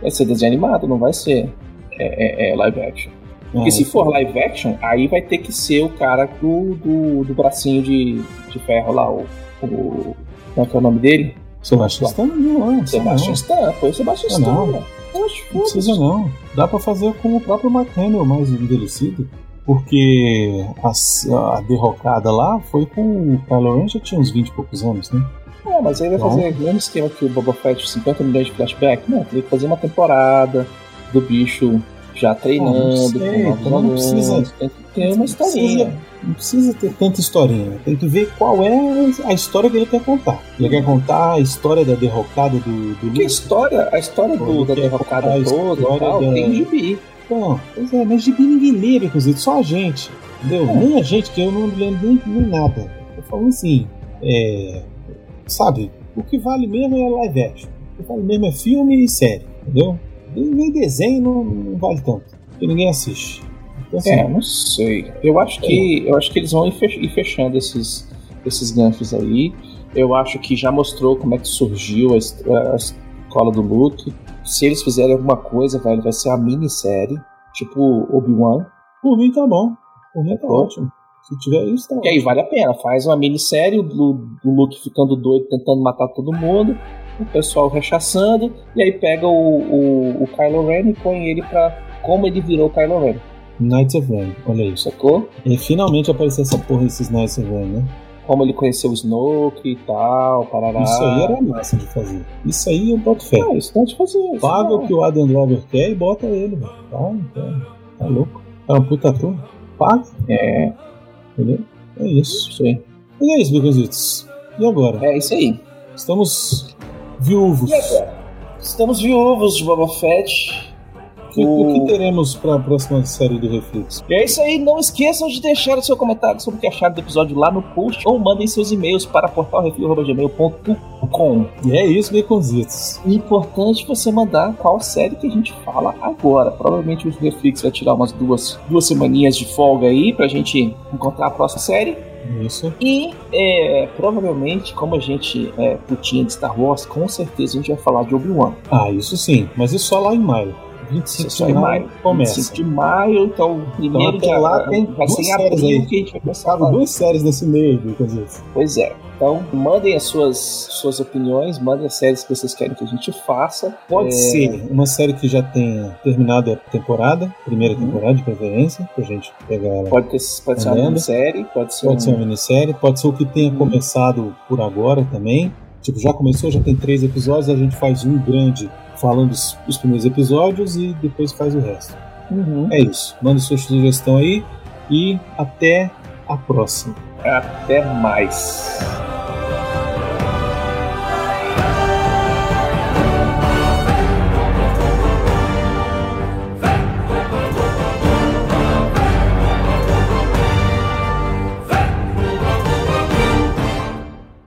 S2: Vai ser desenho animado, não vai ser é, é, é, live action.
S3: Ah,
S2: Porque se for live action, aí vai ter que ser o cara do, do, do bracinho de, de ferro lá, o, o. Como é que é o nome dele?
S3: Sebastian Stan? Não, é, não,
S2: Sebastian Stan, foi o Sebastian
S3: Ah,
S2: Stan.
S3: não.
S2: né? Eu acho
S3: Não precisa
S2: foda.
S3: não. Dá pra fazer com o próprio Mark Hamill mais envelhecido. Porque a, a derrocada lá foi com o Kylo Ren já tinha uns 20 e poucos anos, né?
S2: É, mas aí vai
S3: Não.
S2: fazer o mesmo esquema que o Boba Fett, 50 milhões de flashback. Não, teria que fazer uma temporada do bicho já treinando, com
S3: sei,
S2: novos
S3: também não
S2: alunos.
S3: precisa-
S2: Tem que ter uma
S3: não
S2: historinha.
S3: precisa- Não precisa ter tanta historinha. né? Tem que ver qual é a história que ele quer contar. Ele quer contar a história da derrocada do, do
S2: Porque a
S3: Luke.
S2: história, a história do,
S3: Ele
S2: da
S3: quer
S2: derrocada
S3: contar a
S2: toda e
S3: história
S2: tal,
S3: da-
S2: tem gibi.
S3: Então, pois é, mas de ninguém lembra, inclusive, só a gente. Entendeu?
S2: É.
S3: Nem a gente, que eu não lembro nem, nem nada. Eu falo assim, é, sabe, o que vale mesmo é live action. O que vale mesmo é filme e série, entendeu? E nem desenho não, não vale tanto, porque ninguém assiste. Então, assim,
S2: É, não sei. Eu acho que, eu acho que eles vão ir fech- ir fechando esses, esses ganchos aí. Eu acho que já mostrou como é que surgiu a, es- a escola do Luke. Se eles fizerem alguma coisa, velho, vai ser a minissérie, tipo Obi-Wan.
S3: por mim tá bom. Por mim tá
S2: Pô. é
S3: ótimo. Se tiver isso, tá
S2: E aí vale a pena, faz uma minissérie o Lu- do Luke ficando doido, tentando matar todo mundo, o pessoal rechaçando, e aí pega o, o, o Kylo Ren e põe ele pra como ele virou o Kylo Ren,
S3: Knights of Ren, olha isso.
S2: sacou?
S3: E finalmente apareceu essa porra desses Knights of Ren, né?
S2: Como ele conheceu o Snoke e tal, parará.
S3: Isso aí era massa de fazer. Isso aí eu boto fé.
S2: Ah, isso dá de fazer. isso é
S3: Paga o
S2: dá.
S3: que o Adam Driver quer e bota ele, velho. Tá, então, tá louco. É um puta ator. Paga,
S2: É,
S3: entendeu? É isso.
S2: isso aí.
S3: Mas é isso, Biconzitos. E agora?
S2: É isso aí.
S3: Estamos viúvos.
S2: E agora? Estamos viúvos de Boba Fett.
S3: O que, o que teremos para a próxima série do Reflex?
S2: E é isso aí, não esqueçam de deixar o seu comentário sobre o que acharam do episódio lá no post ou mandem seus e-mails para portalrefil.gmail.com
S3: E é isso, Biconzitos.
S2: Importante você mandar qual série que a gente fala agora. Provavelmente o Reflex vai tirar umas duas, duas semaninhas de folga aí pra gente encontrar a próxima série.
S3: É Isso.
S2: E é, provavelmente, como a gente é putinha de Star Wars, com certeza a gente vai falar de Obi-Wan.
S3: Ah, isso sim. Mas isso só lá em maio. 25
S2: Isso só
S3: de
S2: em
S3: maio começa.
S2: 25 de maio, então primeiro
S3: até
S2: de
S3: lá tem
S2: vai ser em
S3: duas séries
S2: abril
S3: aí.
S2: que a gente vai começar a
S3: Sabe,
S2: falar.
S3: duas séries nesse meio, Biconzitos.
S2: Pois é. Então, mandem as suas, suas opiniões, mandem as séries que vocês querem que a gente faça.
S3: Pode
S2: É,
S3: ser uma série que já tenha terminado a temporada, primeira
S2: Uhum.
S3: temporada de preferência, pra gente pegar ela
S2: Pode, ter, pode ser
S3: É. Tá
S2: uma
S3: vendo?
S2: série, pode ser
S3: Pode ser
S2: um...
S3: uma minissérie, pode ser o que tenha começado por agora também. Tipo, já começou, já tem três episódios, a gente faz um grande falando os, os primeiros episódios e depois faz o resto.
S2: Uhum.
S3: É isso. Manda sua sugestão aí e até a próxima.
S2: Até mais.